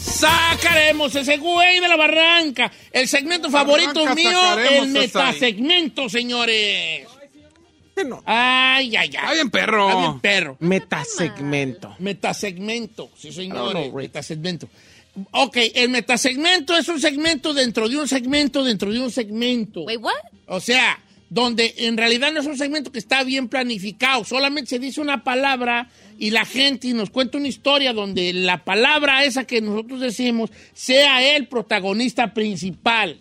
S2: Sacaremos ese güey de la barranca. El segmento favorito
S5: Barranca
S2: mío,
S5: sacaremos,
S2: el metasegmento, señores. Ay, ay, ay.
S5: Está bien perro.
S2: Está bien perro.
S4: Metasegmento.
S2: Metasegmento, sí señores,
S4: know, Rick.
S2: metasegmento. Ok, el metasegmento es un segmento dentro de un segmento dentro de un segmento.
S3: Wait, what?
S2: O sea, donde en realidad no es un segmento que está bien planificado, solamente se dice una palabra y la gente nos cuenta una historia donde la palabra esa que nosotros decimos sea el protagonista principal.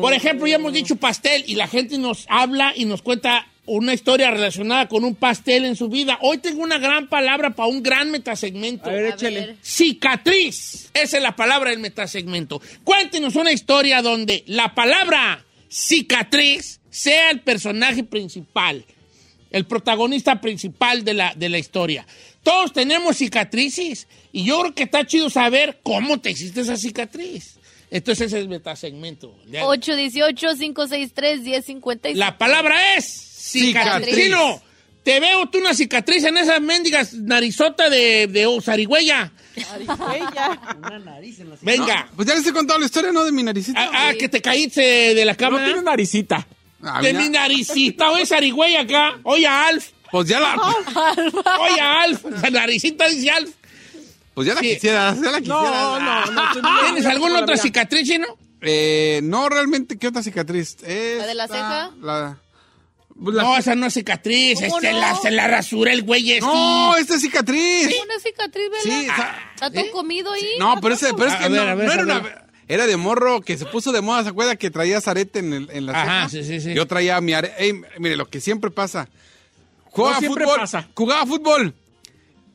S2: Por ejemplo, ya hemos dicho pastel y la gente nos habla y nos cuenta una historia relacionada con un pastel en su vida. Hoy tengo una gran palabra para un gran metasegmento.
S4: A ver,
S3: A
S4: échale.
S3: ver.
S2: Cicatriz. Esa es la palabra del metasegmento. Cuéntenos una historia donde la palabra cicatriz sea el personaje principal, el protagonista principal de la, de la historia. Todos tenemos cicatrices y yo creo que está chido saber cómo te hiciste esa cicatriz. Entonces ese es el metasegmento.
S3: 818-563-1056.
S2: La palabra es cicatriz.
S3: Cicatriz.
S2: Chino, te veo tú una cicatriz en esas mendigas narizota de, de zarigüeya.
S6: Ella.
S2: Venga.
S5: Pues ya les he contado la historia, ¿no? De mi naricita.
S2: Ah, ah, que te caíste de la
S4: No
S2: cama.
S4: tiene naricita.
S5: Ah,
S2: de
S5: mira.
S2: mi naricita, oye zarigüeya acá. Oye a Alf,
S5: Pues ya la,
S2: oye a Alf. La naricita dice Alf.
S5: pues ya la
S2: Sí.
S5: quisiera, ya la quisiera.
S4: No, no, no. tú no.
S2: ¿Tienes alguna
S4: Mira,
S2: otra
S4: mira.
S2: cicatriz, Chino?
S5: Eh, no, realmente, ¿qué otra cicatriz?
S3: ¿La de la ceja?
S5: La, pues, la-
S2: No, esa no es cicatriz.
S3: ¿Cómo
S2: este,
S3: no?
S2: la, se la rasura el güey este.
S5: no, esta es cicatriz.
S3: Una cicatriz, ¿verdad?
S5: Sí, o sea,
S3: Está todo
S5: ¿eh?
S3: comido ahí.
S5: No, pero, ese, pero es
S2: A
S5: que
S2: ver,
S5: no,
S2: a ver,
S5: no era
S2: a
S5: una...
S2: ver.
S5: Era de morro que se puso de moda, ¿se acuerda? Que traía arete en, el- en la
S2: Ajá,
S5: ceja.
S2: sí, sí, sí.
S5: Yo traía mi arete. mire, lo que siempre pasa. Jugaba
S4: No siempre
S5: fútbol.
S4: pasa.
S5: Jugaba fútbol.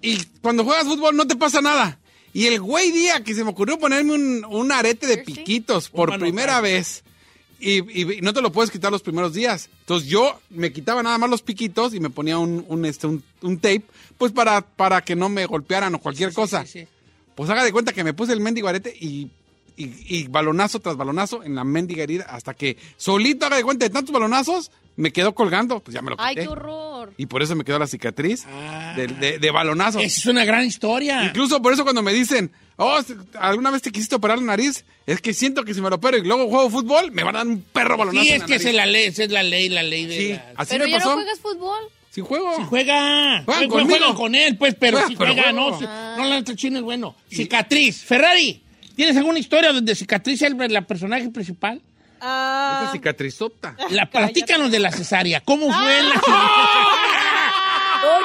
S5: Y cuando juegas fútbol no te pasa nada. Y el güey día que se me ocurrió ponerme un, un arete de
S3: Jersey.
S5: piquitos
S2: Un
S5: por
S2: manotazo.
S5: primera vez. Y, y- y no te lo puedes quitar los primeros días. Entonces yo me quitaba nada más los piquitos y me ponía un, un, este, un, un tape, pues para, para que no me golpearan o cualquier cosa.
S2: Sí, sí.
S5: Pues haga de cuenta que me puse el mendigo arete y, y- y balonazo tras balonazo en la mendiga herida hasta que solito haga de cuenta de tantos balonazos me quedó colgando. Pues ya me lo quité.
S3: Ay, qué horror.
S5: Y por eso me quedó la cicatriz
S2: Ah.
S5: de, de- de balonazo.
S2: Esa es una gran historia.
S5: Incluso por eso cuando me dicen, oh, ¿alguna vez te quisiste operar la nariz? Es que siento que si me lo opero y luego juego fútbol, me van a dar un perro balonazo
S2: sí,
S5: en
S2: es
S5: la
S2: que
S5: nariz.
S2: esa es la ley, esa es la ley, la ley de
S5: Sí,
S2: la-
S5: así
S3: Pero
S5: me
S3: ya
S5: pasó.
S3: no juegas fútbol.
S5: Sí juego.
S2: Juega. Juega-
S5: Juegan
S2: juegan
S5: conmigo.
S2: con él, pues, pero
S5: Juegan,
S2: si
S5: pero
S2: juega,
S5: juego.
S2: no. si- No la neta chino es bueno. Cicatriz. Ferrari, ¿tienes alguna historia donde cicatriz es el- la personaje principal?
S6: Ah,
S5: Esa
S2: Este
S5: cicatrizota.
S2: La platícanos de la cesárea. ¿Cómo fue la cesárea?
S3: ¡Ah! ¡Don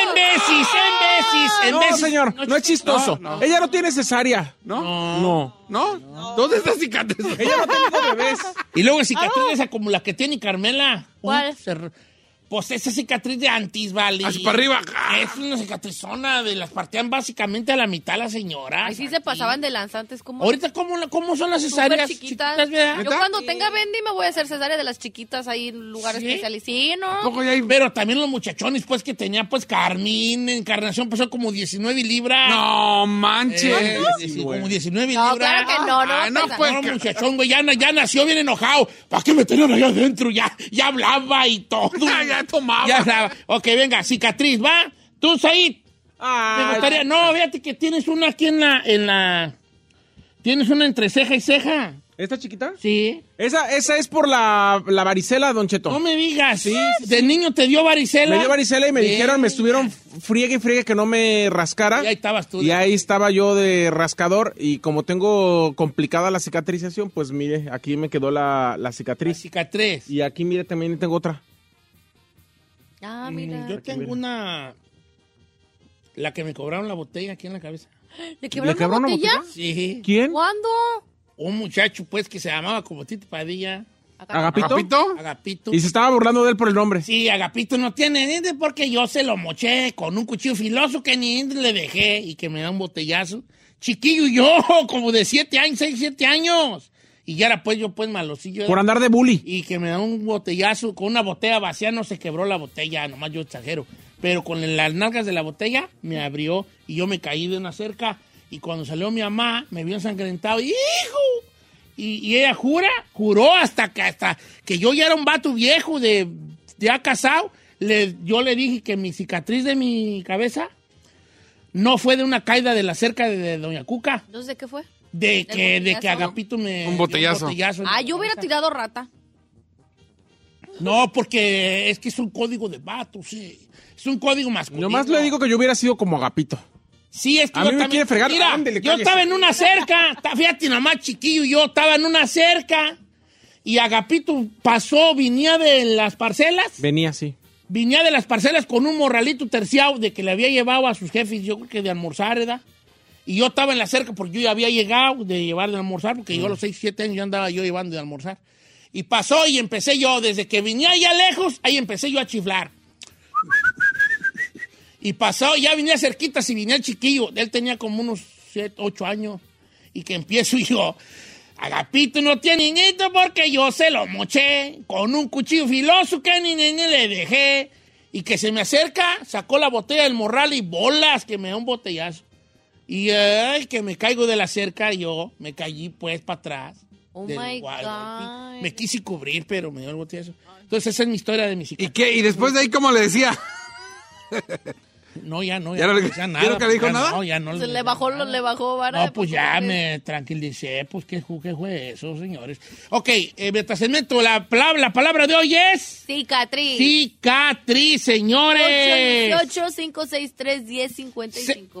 S2: ¡En
S3: Cheto!
S2: veces! ¡En veces! ¡En
S4: No,
S2: veces!
S4: señor, no es chistoso.
S5: No, no.
S4: Ella no tiene cesárea.
S5: ¿No?
S4: No.
S5: ¿No? ¿Dónde está cicatriz?
S4: Ella no tiene bebés.
S2: Y luego cicatriz esa como la que tiene Carmela.
S3: Ah. ¿Cuál?
S2: Uy, se- Pues esa cicatriz de antes, vale.
S5: Así para arriba.
S2: Es una cicatrizona de las partían básicamente a la mitad la señora.
S3: Ay, sí se pasaban de lanzantes. como
S2: Ahorita, ¿cómo, la- cómo son las cesáreas?
S3: chiquitas.
S2: ¿verdad?
S3: Yo cuando tenga Bendy me voy a hacer cesárea de las chiquitas ahí en lugares
S2: ¿Sí?
S3: especiales. Sí, no.
S5: Poco ya hay-
S2: Pero también los muchachones, pues, que tenía, pues, Carmín, Encarnación, pesó como 19 libras.
S5: No
S2: Eh,
S5: manches.
S2: sí, sí, como 19
S3: No,
S2: libras.
S3: claro que no, no.
S5: Ah, no,
S3: pesa.
S5: pues.
S2: No, muchachón, güey, ya, na- ya nació bien enojado. ¿Para qué me tenían allá adentro? Ya, ya hablaba y todo.
S5: Ya tomaba.
S2: Ya hablaba. Ok, venga, cicatriz, ¿va? Tú, Said,
S6: Ah,
S2: me gustaría... No, fíjate que tienes una aquí en la... En la... Tienes una entre ceja y ceja.
S4: ¿Esta chiquita?
S2: Sí.
S4: Esa, esa es por la, la varicela, Don Cheto.
S2: No me digas. De niño te dio varicela.
S4: Me dio varicela y me
S2: Sí.
S4: dijeron, me estuvieron friegue y friegue que no me rascara.
S2: Y ahí estabas tú.
S4: Y ahí estaba yo de rascador y como tengo complicada la cicatrización, pues mire, aquí me quedó la, la
S2: La
S4: cicatriz.
S2: cicatriz.
S4: Y aquí mire, también tengo otra.
S3: Ah, mira.
S2: Mm, Yo tengo una... La que me cobraron la botella aquí en la cabeza.
S3: ¿Le quebraron
S4: ¿Le quebraron
S3: una
S4: la
S3: botella?
S4: botella?
S2: Sí.
S4: ¿Quién?
S3: ¿Cuándo?
S2: Un muchacho, pues, que se llamaba como Tito Padilla.
S4: ¿Agapito?
S5: ¿Agapito?
S2: Agapito.
S4: Y se estaba burlando de él por el nombre.
S2: Sí, Agapito no tiene dientes porque yo se lo moché con un cuchillo filoso que ni dientes le dejé y que me da un botellazo. Chiquillo yo, como de siete años, seis, siete años. Y ya era pues yo pues malosillo.
S4: Por andar de bully.
S2: Y que me da un botellazo con una botella vacía, no se quebró la botella, nomás yo exagero. Pero con las nalgas de la botella me abrió y yo me caí de una cerca. Y cuando salió mi mamá, me vio ensangrentado. ¡Hijo! Y, y ella jura, juró hasta que, hasta que yo ya era un vato viejo de ya casado. Le, yo le dije que mi cicatriz de mi cabeza no fue de una caída de la cerca de, de Doña Cuca.
S3: No sé qué fue.
S2: De que, de que
S3: botellazo?
S2: Agapito me.
S5: Un botellazo.
S2: dio un botellazo en
S3: Ah,
S2: la
S3: yo hubiera
S2: cabeza.
S3: tirado rata.
S2: No, porque es que es un código de vato, sí. Es un código masculino.
S4: Nomás le digo que yo hubiera sido como Agapito.
S2: Sí, es que
S4: A
S2: yo
S4: mí me
S2: también-
S4: quiere fregar.
S2: Mira,
S4: Ándele,
S2: yo
S4: cállese.
S2: estaba en una cerca. ta- Fíjate, nomás chiquillo yo estaba en una cerca. Y Agapito pasó, vinía de las parcelas.
S4: Venía así.
S2: Vinía de las parcelas con un morralito terciado de que le había llevado a sus jefes, yo creo que de almorzar, ¿verdad? Y yo estaba en la cerca porque yo ya había llegado de llevar de almorzar, porque
S4: Mm.
S2: yo a los 6, 7 años ya andaba yo llevando de almorzar. Y pasó y empecé yo, desde que venía allá lejos, ahí empecé yo a chiflar. Y pasó, ya venía cerquita, si venía el chiquillo, él tenía como unos 7, 8 años, y que empiezo yo. Agapito no tiene niñito porque yo se lo moché con un cuchillo filoso que ni niño le dejé. Y que se me acerca, sacó la botella del morral y bolas, que me da un botellazo. Y ay, que me caigo de la cerca yo, me caí pues para atrás.
S3: Oh
S2: del
S3: my
S2: guay-
S3: God.
S2: golpe. Me quise cubrir, pero me dio el botellazo. Entonces esa es mi historia de mi
S5: ¿Y
S2: cicatriz.
S5: qué? ¿Y después de ahí cómo le decía?
S2: No, ya no, ya,
S5: ¿Ya no
S2: no
S5: le-
S2: decía
S5: ya
S2: nada.
S5: nunca le dijo
S2: ya
S5: nada?
S2: No, ya no
S3: Se le
S2: decía
S3: bajó,
S2: nada.
S3: le bajó vara. de
S2: No, pues
S3: poco
S2: ya
S3: hombre.
S2: me tranquilicé, pues qué, ju- qué fue eso, señores. Ok, eh, mientras se meto, la palabra, la palabra de hoy es
S3: Cicatriz.
S2: cicatriz, señores.
S3: 818-563-1055.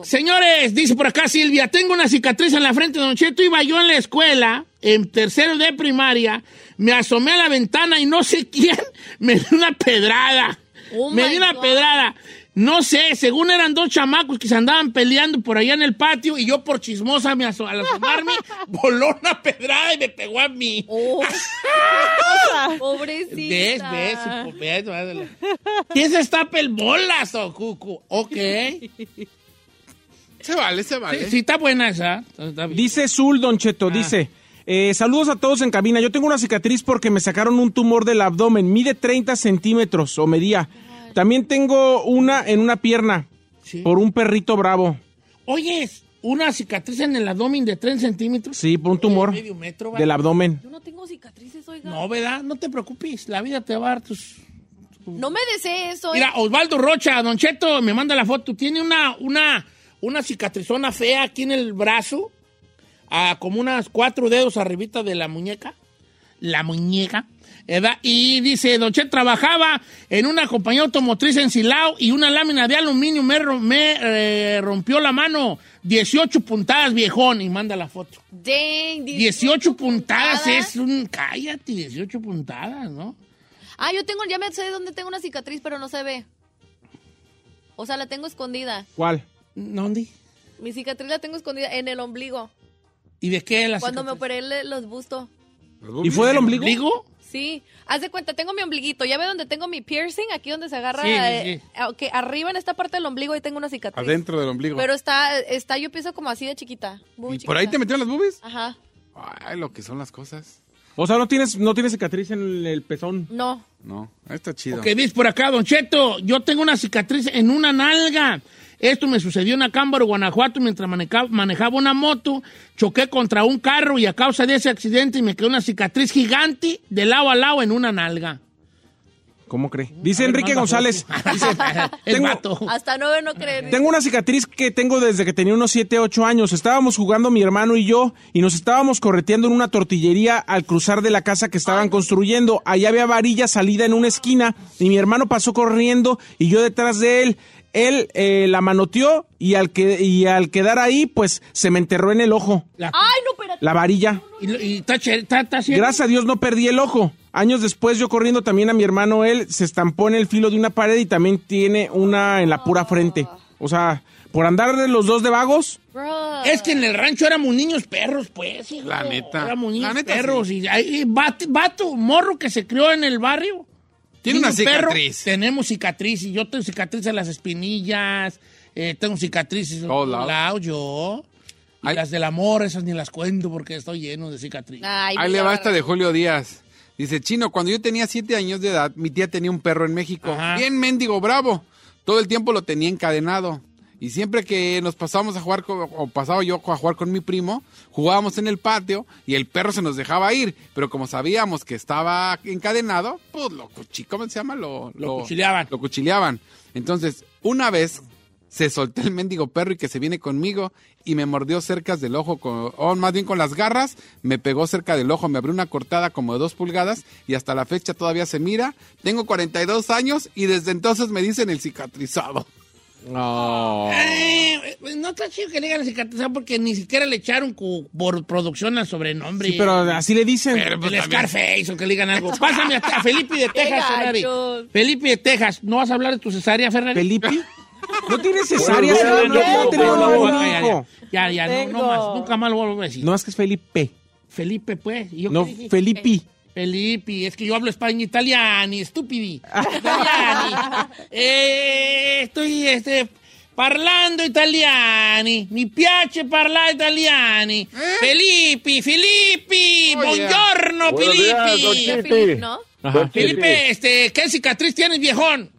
S2: Se- señores, dice por acá Silvia, tengo una cicatriz en la frente, don Cheto, iba yo en la escuela, en tercero de primaria, me asomé a la ventana y no sé quién me dio una pedrada.
S3: Oh
S2: me
S3: my
S2: dio una
S3: God.
S2: pedrada. No sé, según eran dos chamacos que se andaban peleando por allá en el patio y yo por chismosa me aso- al asomarme voló una pedrada y me pegó a mí.
S3: Oh. Pobrecita.
S2: ¿Ves? ¿Ves? Supo- ¿Ves? Ándale. ¿Quién se está pelbolas, o cucu? Ok.
S5: Se vale, se
S2: Sí,
S5: vale.
S2: sí está buena esa. Está bien.
S4: Dice Zul, Don Cheto,
S2: Ah.
S4: dice... eh, saludos a todos en cabina. Yo tengo una cicatriz porque me sacaron un tumor del abdomen. Mide 30 centímetros o medía. También tengo una en una pierna
S2: Sí.
S4: por un perrito bravo.
S2: Oye, una cicatriz en el abdomen de 3 centímetros.
S4: Sí, por un tumor
S2: Medio metro, ¿vale?
S4: del abdomen.
S3: Yo no tengo cicatrices, oiga. No,
S2: No, ¿verdad? No te preocupes, la vida te va a dar tus...
S3: me desees eso.
S2: pues. Mira, Osvaldo Rocha, Don Cheto, me manda la foto. Tiene una, una, una cicatrizona fea aquí en el brazo, a como unas cuatro dedos arribita de la muñeca. La muñeca. ¿verdad? Y dice, Don Cheto, trabajaba en una compañía automotriz en Silao y una lámina de aluminio me, ro- me, eh, rompió la mano. 18 puntadas, viejón. Y manda la foto.
S3: Dang,
S2: 18 puntadas
S3: puntadas.
S2: es un... Cállate, 18 puntadas, ¿no?
S3: Ah, yo tengo, ya me sé dónde tengo una cicatriz, pero no se ve. O sea, la tengo escondida.
S4: ¿Cuál?
S2: ¿Dónde?
S3: Mi cicatriz la tengo escondida en el ombligo.
S2: ¿Y de qué la
S3: Cuando me
S2: cicatriz?
S3: operé le- los bustos.
S4: ¿Y fue del ombligo?
S2: ¿Ombligo?
S3: Sí. Sí, haz de cuenta, tengo mi ombliguito. ¿Ya ve donde tengo mi piercing? Aquí donde se agarra.
S4: Sí, sí,
S3: eh,
S4: sí.
S3: ah, ok, arriba en esta parte del ombligo ahí tengo una cicatriz.
S5: Adentro del ombligo.
S3: Pero está, está, yo pienso como así de chiquita. muy
S5: ¿Y por ahí te
S3: chiquita.
S5: metieron las boobies?
S3: Ajá.
S5: Ay, lo que son las cosas.
S4: O sea, no tienes, no tienes cicatriz en el, el pezón.
S3: No.
S5: No, ahí está chido.
S2: Ok, dice por acá, Don Cheto, yo tengo una cicatriz en una nalga. Esto me sucedió en Acámbaro, Guanajuato, mientras maneca- manejaba una moto, choqué contra un carro y a causa de ese accidente me quedó una cicatriz gigante de lado a lado en una nalga.
S4: ¿Cómo cree? Dice
S2: A ver,
S4: Enrique
S2: manda
S4: González.
S2: foto.
S4: dice,
S2: El
S4: tengo-
S2: vato.
S3: Hasta no ver, no creer.
S4: Tengo una cicatriz que tengo desde que tenía unos 7, 8 años. Estábamos jugando mi hermano y yo y nos estábamos correteando en una tortillería al cruzar de la casa que estaban construyendo. Allá había varilla salida en una esquina y mi hermano pasó corriendo y yo detrás de él. Él eh, la manoteó y al, que, y al quedar ahí, pues se me enterró en el ojo
S2: La-
S3: Ay, no, espérate.
S4: la varilla.
S2: y, y está ché- está- está haciendo-
S4: Gracias a Dios no perdí el ojo. Años después yo corriendo también a mi hermano, él se estampó en el filo de una pared y también tiene una en la pura frente. O sea, por andar de los dos de vagos,
S3: Bro.
S2: Es que en el rancho éramos niños perros, pues, hijo.
S5: La neta.
S2: Éramos niños
S5: La neta,
S2: perros. Y, ahí vato, vato, morro que se crió en el barrio.
S5: Tiene una
S2: Niño perro,
S5: cicatriz.
S2: tenemos cicatriz. Y yo tengo cicatriz en las espinillas. eh, tengo cicatrices en
S5: Todos
S2: todos
S5: lados.
S2: lados, yo. Y
S5: Ay.
S2: las del amor, esas ni las cuento porque estoy lleno de cicatriz.
S3: Ay,
S5: Ahí le
S3: mira,
S5: va esta de Julio Díaz. Dice, chino, cuando yo tenía siete años de edad, mi tía tenía un perro en México.
S2: Ajá.
S5: Bien mendigo, bravo. Todo el tiempo lo tenía encadenado. Y siempre que nos pasábamos a jugar, co- o pasaba yo a jugar con mi primo, jugábamos en el patio y el perro se nos dejaba ir. Pero como sabíamos que estaba encadenado, pues lo cuchi- ¿cómo se llama? Lo,
S2: Lo cuchileaban.
S5: Lo cuchileaban. Entonces, una vez se soltó el mendigo perro y que se viene conmigo y me mordió cerca del ojo, con, o más bien con las garras, me pegó cerca del ojo, me abrió una cortada como de dos pulgadas y hasta la fecha todavía se mira. Tengo 42 años y desde entonces me dicen el cicatrizado.
S2: Eh, eh, no está chido que le digan la cicatriz ah, porque ni siquiera le echaron cu- por producción al sobrenombre.
S4: sí, pero así le dicen.
S2: el Scarface o que le digan algo. Pásame a, a Felipe de Texas, Ferrari.
S3: gachos.
S2: Felipe de Texas, ¿no vas a hablar de tu cesárea, Ferrari?
S4: Felipe, no tiene cesárea,
S2: pues,
S6: Bueno,
S4: no,
S6: bueno,
S4: no,
S6: bueno,
S4: tiene
S6: bueno,
S4: nada,
S6: bueno,
S4: hijo.
S2: ya, ya, ya, ya, no, no
S6: Tengo.
S2: más, nunca más lo vuelvo a decir.
S4: No es que es Felipe,
S2: Felipe, pues. ¿y yo
S4: no
S2: qué dije?
S4: Felipe.
S2: Felipe, es que yo hablo español italiano, estúpidi. Italiani. Eh, estoy este, parlando italiani. Mi piace parlare italiani. Felipe, Felipe,
S5: Oh, yeah.
S2: buongiorno,
S8: Buenos días, don
S2: Felipe.
S8: Chito.
S3: Felipe, ¿no?
S4: Ajá.
S2: Felipe, este, ¿qué cicatriz tienes, viejón?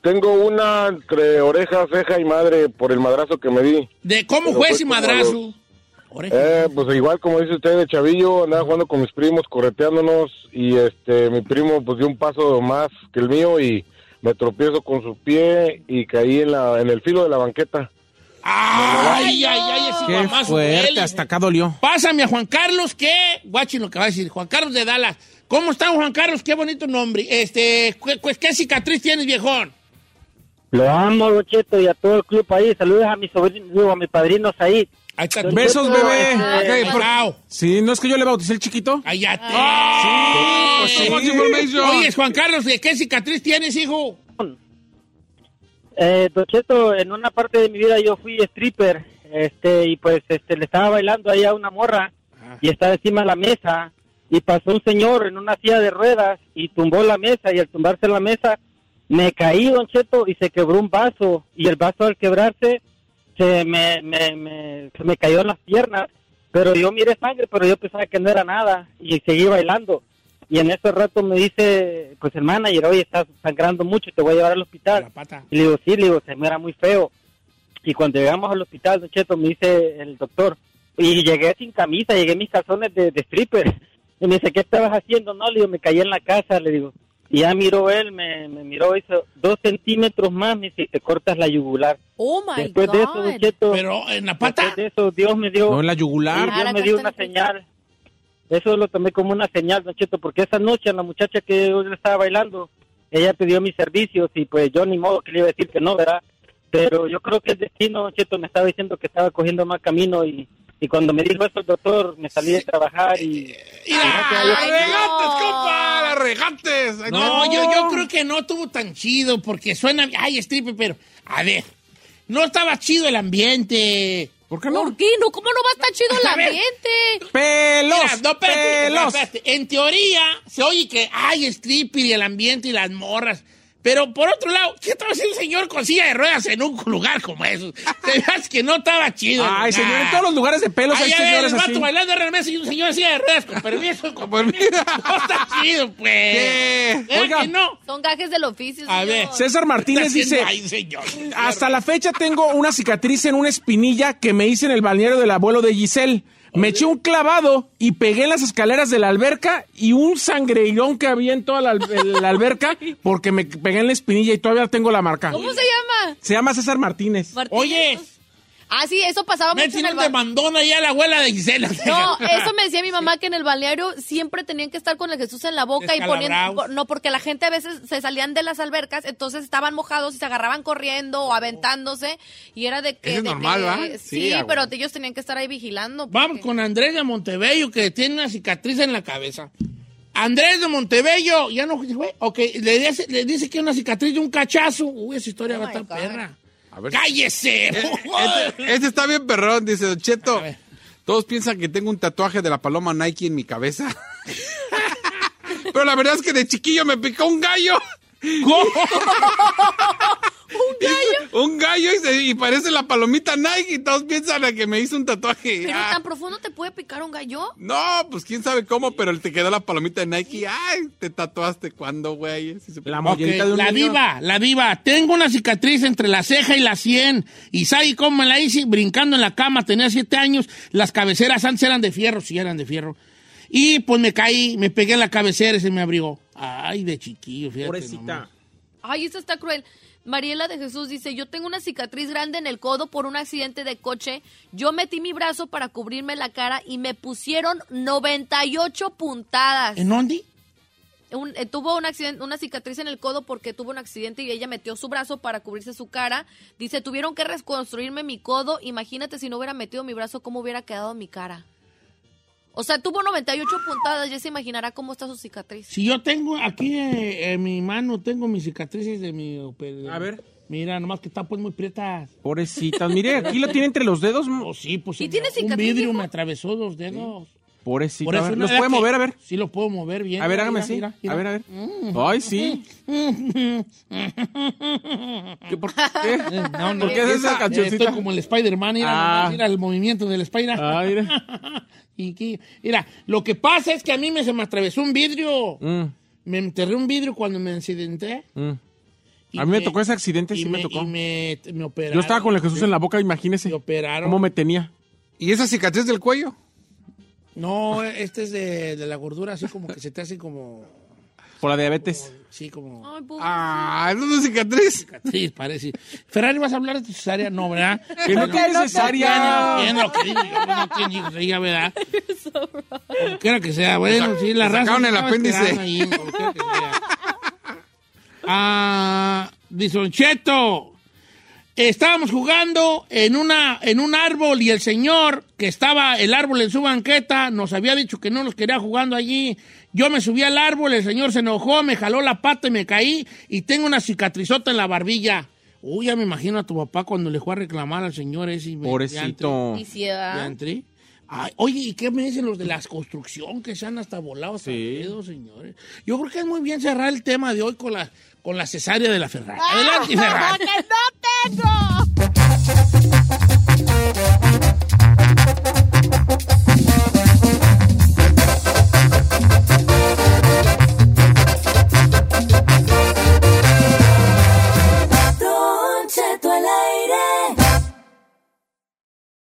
S8: Tengo una entre oreja, ceja y madre por el madrazo que me di.
S2: ¿De cómo
S8: Pero
S9: pues
S2: fue
S8: fue
S2: ese
S8: como
S2: madrazo? Oreja.
S8: Eh, pues igual como dice usted de chavillo, andaba jugando con mis primos, correteándonos y este mi primo pues dio un paso más que el mío y me tropiezo con su pie y caí en la en el filo de la banqueta.
S2: Ay, ay, ay, ese
S4: Qué
S2: mamazo
S4: fuerte,
S2: duele.
S4: hasta acá dolió.
S2: Pásame a Juan Carlos, que. Guachi lo que va a decir. Juan Carlos de Dallas. ¿Cómo está Juan Carlos? Qué bonito nombre. Este, cu- cu- ¿qué cicatriz tienes, viejón?
S9: Lo amo, Rocheto, y a todo el club ahí. Saludos a mis sobrinos, digo, a mis padrinos ahí.
S2: Ahí está tu.
S4: Besos, bebé.
S5: Ok, por-
S2: Bravo.
S4: Sí, no es que yo le bauticé el chiquito.
S2: Cállate.
S4: Ah, pues,
S5: too much information.
S2: Oh, Oye, Juan Carlos, ¿de qué cicatriz tienes, hijo?
S9: Eh, don Cheto, en una parte de mi vida yo fui stripper, este, y pues este, le estaba bailando ahí a una morra, y estaba encima de la mesa, y pasó un señor en una silla de ruedas, y tumbó la mesa, y al tumbarse la mesa, me caí, Don Cheto, y se quebró un vaso, y el vaso al quebrarse, se me, me, me, se me cayó en las piernas, pero yo miré sangre, pero yo pensaba que no era nada, y seguí bailando. Y en ese rato me dice, pues el manager, oye, estás sangrando mucho, te voy a llevar al hospital.
S2: La pata.
S9: Y le digo, sí, le digo, se me era muy feo. Y cuando llegamos al hospital, Don Cheto, me dice el doctor, y llegué sin camisa, llegué en mis calzones de, de stripper. Y me dice, ¿qué estabas haciendo? No, le digo, me caí en la casa, le digo. Y ya miró él, me, me miró, hizo dos centímetros más, me dice, te cortas la yugular.
S3: Oh my
S9: Después
S3: God.
S9: de eso, Don Cheto,
S2: Pero en la pata.
S9: después de eso, Dios me dio...
S4: No en la yugular.
S9: Sí, Dios me dio una señal. Eso lo tomé como una señal, Don Cheto, porque esa noche la muchacha que yo le estaba bailando, ella pidió mis servicios y pues yo ni modo que le iba a decir que no, ¿verdad? Pero yo creo que el destino, Don Cheto, me estaba diciendo que estaba cogiendo más camino y, y cuando me dijo eso el doctor, me salí de trabajar y...
S2: Mira.
S5: ¡Ah, ¡La
S3: Ay,
S5: regates,
S3: no.
S5: compa! ¡Ah, ¡La regates! Ahí
S2: No, yo, yo creo que no estuvo tan chido porque suena. Ay, stripper, pero. A ver. No estaba chido el ambiente.
S5: está.
S4: ¿Por qué no?
S3: ¿Por qué? No, ¿Cómo no va a estar chido el
S2: A ver.
S3: ambiente?
S4: ¡Pelos!
S2: Mira, no, espérate,
S4: ¡Pelos!
S2: espérate. En teoría, se oye que hay stripper y el ambiente y las morras. Pero por otro lado, ¿qué estaba haciendo el señor con silla de ruedas en un lugar como eso? Te das que no estaba chido.
S4: Ay, señor, en todos los lugares de pelos
S2: Ahí
S4: hay
S2: a ver,
S4: señores
S2: el vato
S4: así.
S2: bailando al revés y un señor en silla de ruedas, con permiso, con permiso. No está chido, pues.
S4: ¿Qué?
S2: ¿Verdad
S4: Oiga.
S2: que no?
S3: Son gajes del oficio,
S2: A
S3: señor.
S2: ver.
S4: César Martínez
S2: Está haciendo
S4: dice,
S2: ahí, señor.
S3: ah,
S4: hasta la fecha tengo una cicatriz en una espinilla que me hice en el balneario del abuelo de Giselle. Me eché un clavado y pegué en las escaleras de la alberca y un sangreirón que había en toda la, al- en la alberca porque me pegué en la espinilla y todavía tengo la marca.
S3: ¿Cómo se llama?
S4: Se llama César Martínez.
S3: Martínez.
S2: Oye,
S3: Ah, sí, eso pasaba mucho en
S2: meten
S3: el
S2: un
S3: bar-
S2: demandón ahí a la abuela de Gisela.
S3: No, eso me decía mi mamá que en el balneario siempre tenían que estar con el Jesús en la boca y
S2: Descalabrados.
S3: poniendo. por- No, porque la gente a veces se salían de las albercas, entonces estaban mojados y se agarraban corriendo o aventándose. Y era de que.
S5: Eso es
S3: de
S5: normal,
S3: que-
S5: ¿va? Sí,
S3: Sí,
S5: ah,
S3: pero
S5: bueno.
S3: ellos tenían que estar ahí vigilando.
S2: Vamos
S3: porque-
S2: con Andrés de Montebello, que tiene una cicatriz en la cabeza. Andrés de Montebello, ya no se fue. Ok, le dice, le dice que es una cicatriz de un cachazo. Uy, esa historia
S3: Oh
S2: va a
S3: my
S2: estar
S3: God.
S2: perra.
S5: A ver.
S2: ¡Cállese!
S5: Este, este está bien perrón, dice Don Cheto.
S2: A ver.
S5: Todos piensan que tengo un tatuaje de la paloma Nike en mi cabeza. Pero la verdad es que de chiquillo me picó un gallo. eh, ¿Un gallo? un gallo y, se- y parece la palomita Nike. Y todos piensan a que me hizo un tatuaje.
S3: Pero
S5: Ah,
S3: tan profundo te puede picar un gallo.
S5: no, pues quién sabe cómo, pero te quedó la palomita de Nike. Ay, te tatuaste cuando, güey. Sí, se-
S4: La
S2: Ok,
S4: mollerita de un
S2: la
S4: niño.
S2: viva, la viva. Tengo una cicatriz entre la ceja y la sien. Y ¿sabes cómo me la hice? Brincando en la cama, tenía siete años. Las cabeceras antes eran de fierro, sí eran de fierro. Y pues me caí, me pegué en la cabecera y se me abrió. Ay, de chiquillo, fíjate. nomás.
S4: Pobrecita.
S3: Ay, eso está cruel. Mariela de Jesús dice, yo tengo una cicatriz grande en el codo por un accidente de coche. Yo metí mi brazo para cubrirme la cara y me pusieron 98 puntadas.
S2: ¿En dónde?
S3: Un- eh, tuvo un accidente, una cicatriz en el codo porque tuvo un accidente y ella metió su brazo para cubrirse su cara. Dice, tuvieron que reconstruirme mi codo. Imagínate si no hubiera metido mi brazo, cómo hubiera quedado mi cara. O sea, tuvo 98 puntadas. Ya se imaginará cómo está su cicatriz.
S2: Si yo tengo aquí eh, en mi mano, tengo mis cicatrices de mi... oper-
S4: A ver.
S2: Mira, nomás que está pues muy prietas.
S4: Pobrecita. Mire, aquí lo tiene entre los dedos.
S2: Oh, sí, pues se
S3: ¿Y
S2: me-
S3: tiene
S2: un
S3: cicatriz,
S2: vidrio
S3: hijo?
S2: me atravesó los dedos.
S4: Pobrecita.
S2: Por
S4: a
S2: eso
S4: ver,
S2: no
S4: ¿Los
S2: era
S4: puede
S2: que-
S4: mover? A ver.
S2: Sí, los puedo mover bien.
S4: A ver, hágame
S2: Mira,
S4: así.
S2: mira, mira.
S4: A ver, a ver.
S2: Mm.
S4: Ay, sí. ¿Qué, ¿Por qué?
S2: Eh, No, no,
S4: ¿Por qué es esa
S2: esa-
S4: cancioncita?
S2: Estoy como el Spider-Man, mira,
S4: Ah.
S2: nomás, mira el movimiento del Spider-Man.
S4: Ah, mira.
S2: y que- mira, lo que pasa es que a mí me se me atravesó un vidrio.
S4: Mm.
S2: Me enterré un vidrio cuando me accidenté. Y
S4: A mí me tocó ese accidente,
S2: y
S4: sí me tocó.
S2: Y me, me operaron.
S4: Yo estaba con el Jesús en la boca, imagínese.
S2: Me operaron.
S4: ¿Cómo me tenía?
S5: ¿Y esa cicatriz del cuello?
S2: No, este es de, de la gordura, así como que se te hace como...
S4: Por la diabetes.
S2: Sí, como...
S3: Ay, pobre-
S5: Ah, ¿no es una cicatriz?
S2: Sí, parece. Ferrari, ¿vas a hablar de tu cesárea? No, ¿verdad?
S4: Que no,
S2: Bueno,
S4: que es necesaria.
S2: Bien, lo que digo, yo no tiene hijos ella, ¿verdad? Como quiera que sea, bueno, sí, la
S5: le
S2: raza.
S5: sacaron
S2: sí
S5: el
S2: estaba
S5: apéndice.
S2: esperando ahí, como quiera que sea. Ah, dice Don Cheto, estábamos jugando en, una, en un árbol y el señor que estaba el árbol en su banqueta nos había dicho que no nos quería jugando allí. Yo me subí al árbol, el señor se enojó, me jaló la pata y me caí y tengo una cicatrizota en la barbilla. Uy, ya me imagino a tu papá cuando le fue a reclamar al señor ese.
S4: Pobrecito.
S3: Y si, ah,
S2: Yantri. Ay, oye, ¿y qué me dicen los de las construcción que se han hasta volado hasta
S4: Sí.
S2: el dedo, señores? Yo creo que es muy bien cerrar el tema de hoy con la, con la cesárea de la Ferrari. Adelante, Ferrari.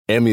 S10: Emmy